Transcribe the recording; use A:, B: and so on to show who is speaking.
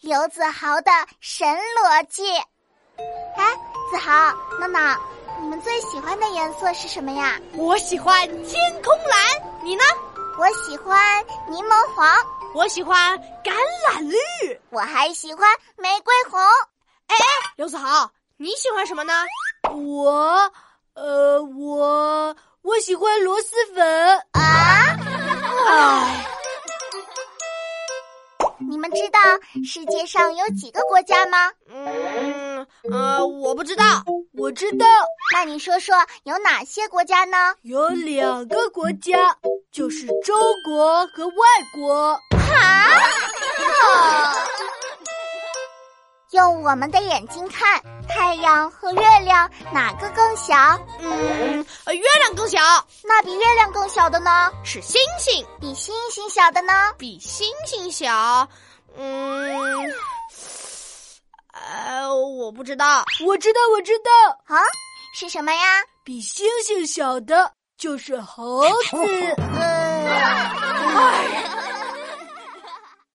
A: 刘子豪的神逻辑。哎，子豪、闹闹，你们最喜欢的颜色是什么呀？
B: 我喜欢天空蓝，你呢？
A: 我喜欢柠檬黄，
B: 我喜欢橄榄绿。
A: 我还喜欢玫瑰红。
B: 哎哎，刘子豪，你喜欢什么呢？我，呃，我我喜欢螺蛳粉。
A: 啊！
B: 哎，
A: 你们知道世界上有几个国家吗？
B: 嗯呃，我不知道，我知道
A: 那你说说有哪些国家呢？
B: 有两个国家，就是中国和外国。
A: 用我们的眼睛看，太阳和月亮哪个更小？
B: 嗯，呃月亮更小，
A: 那比月亮更小的呢？
B: 是星星，
A: 比星星小的呢？
B: 比星星小。嗯，呃，我不知道，我知道，我知道，
A: 啊，是什么呀？
B: 比星星小的就是猴子。